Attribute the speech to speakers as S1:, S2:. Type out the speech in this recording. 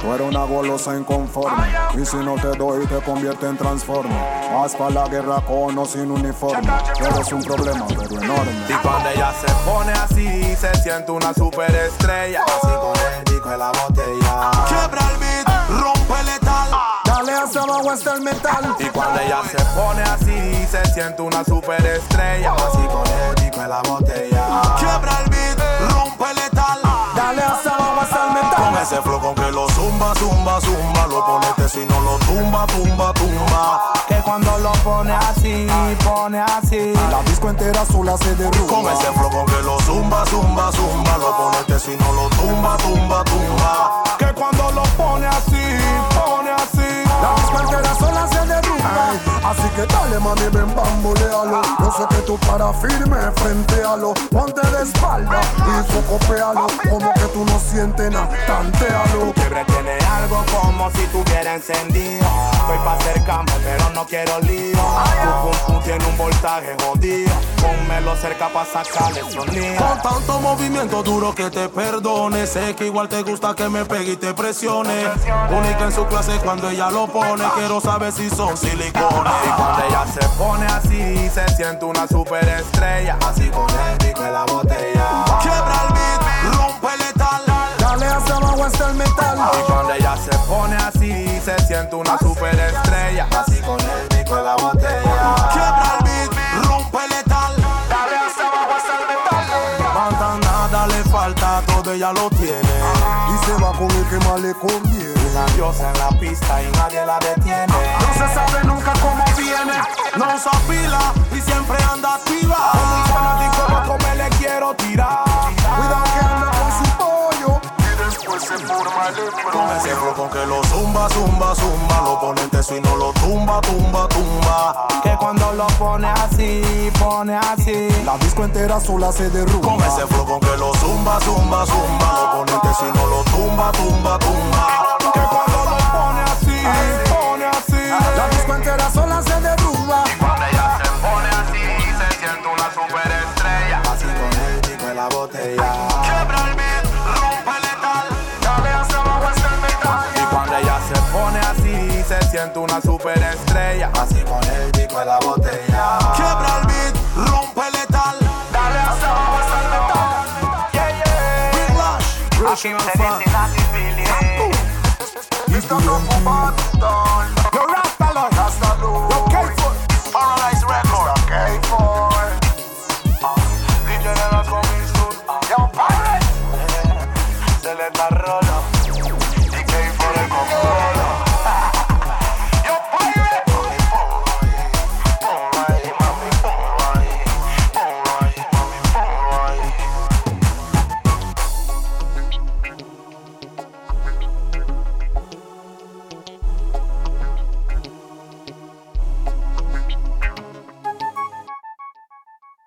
S1: Tú eres una golosa inconforme Y si no te doy te convierte en transforme Vas para la guerra con o sin uniforme Eres un problema pero enorme
S2: Y cuando ella se pone así Se siente una superestrella Así con el disco en la botella Quiebra el beat, rompe letal
S1: Dale hacia abajo hasta el metal
S2: Y cuando ella se pone así Se siente una superestrella Así con el disco en la botella Quiebra el beat, rompe letal
S1: Dale hacia abajo hasta el metal
S2: Con ese flow con que lo zumba, zumba, zumba Lo ponete si no lo tumba, tumba, tumba
S3: Que cuando lo pone así, pone así
S1: La disco entera sola se derrumba
S2: Con ese flow con que lo zumba, zumba, zumba Lo ponete si no lo tumba, tumba, tumba Que cuando lo pone así, pone así
S1: La disco entera sola se derrumba Así que dale mami ven bambolealo Yo sé que tú para firme frente a lo Ponte de espalda y focopealo Como que tú no sientes nada, tantealo
S3: Quiebre tiene algo como si tuviera encendido Voy pa' acercarme pero no quiero lío Tu pum pum tiene un voltaje jodido Pónmelo cerca pa' sacarle sonido
S2: Con tanto movimiento duro que te perdone. Sé que igual te gusta que me pegue y te presione. Única en su clase cuando ella lo pone. Quiero saber si son silicones. Y cuando ella se pone así, se siente una superestrella. Así con el disco en la botella. Quiebra el beat, rompe letal.
S1: Dale hacia abajo hasta el metal
S2: Y cuando ella se pone así, se siente una superestrella. Así con el disco en la botella. Quiebra el beat, rompe letal. Dale hacia abajo hasta el metal. Falta nada, le falta todo, ella lo tiene.
S1: Y se va con el que más le conviene
S3: La diosa en la pista y nadie la detiene
S2: No se sabe nunca cómo viene, no se apila y siempre anda activa. Con mis fanáticos loco me le quiero tirar.
S1: Cuidado que anda con su pollo
S2: Con ese flow con que lo zumba, zumba, zumba. Lo pone en y no lo tumba, tumba, tumba.
S3: Que cuando lo pone así, pone así
S1: La disco entera sola se derrumba
S2: Con ese flow con que lo zumba, zumba, zumba. Lo pone en y no lo tumba, tumba, tumba. Que cuando lo pone así, pone así.
S1: La disco entera sola se derrumba
S2: Cuando ella se pone así, se siente una superestrella. Así con el disco en la botella. Quebra el beat, rompe letal. Dale hacia abajo hasta el metal. Y cuando ella se pone así, se siente una superestrella. Así con el disco en la botella. Quebra el beat, rompe letal. Dale hacia abajo hasta el metal. Yeah, yeah. Big Lash, Russian fan.
S1: Listo no
S2: Yo Rasta Lord, Rasta Lord. Yo K-Foot, Paradise Record. DJ de las Coming Soon. Yo Pirate. Selena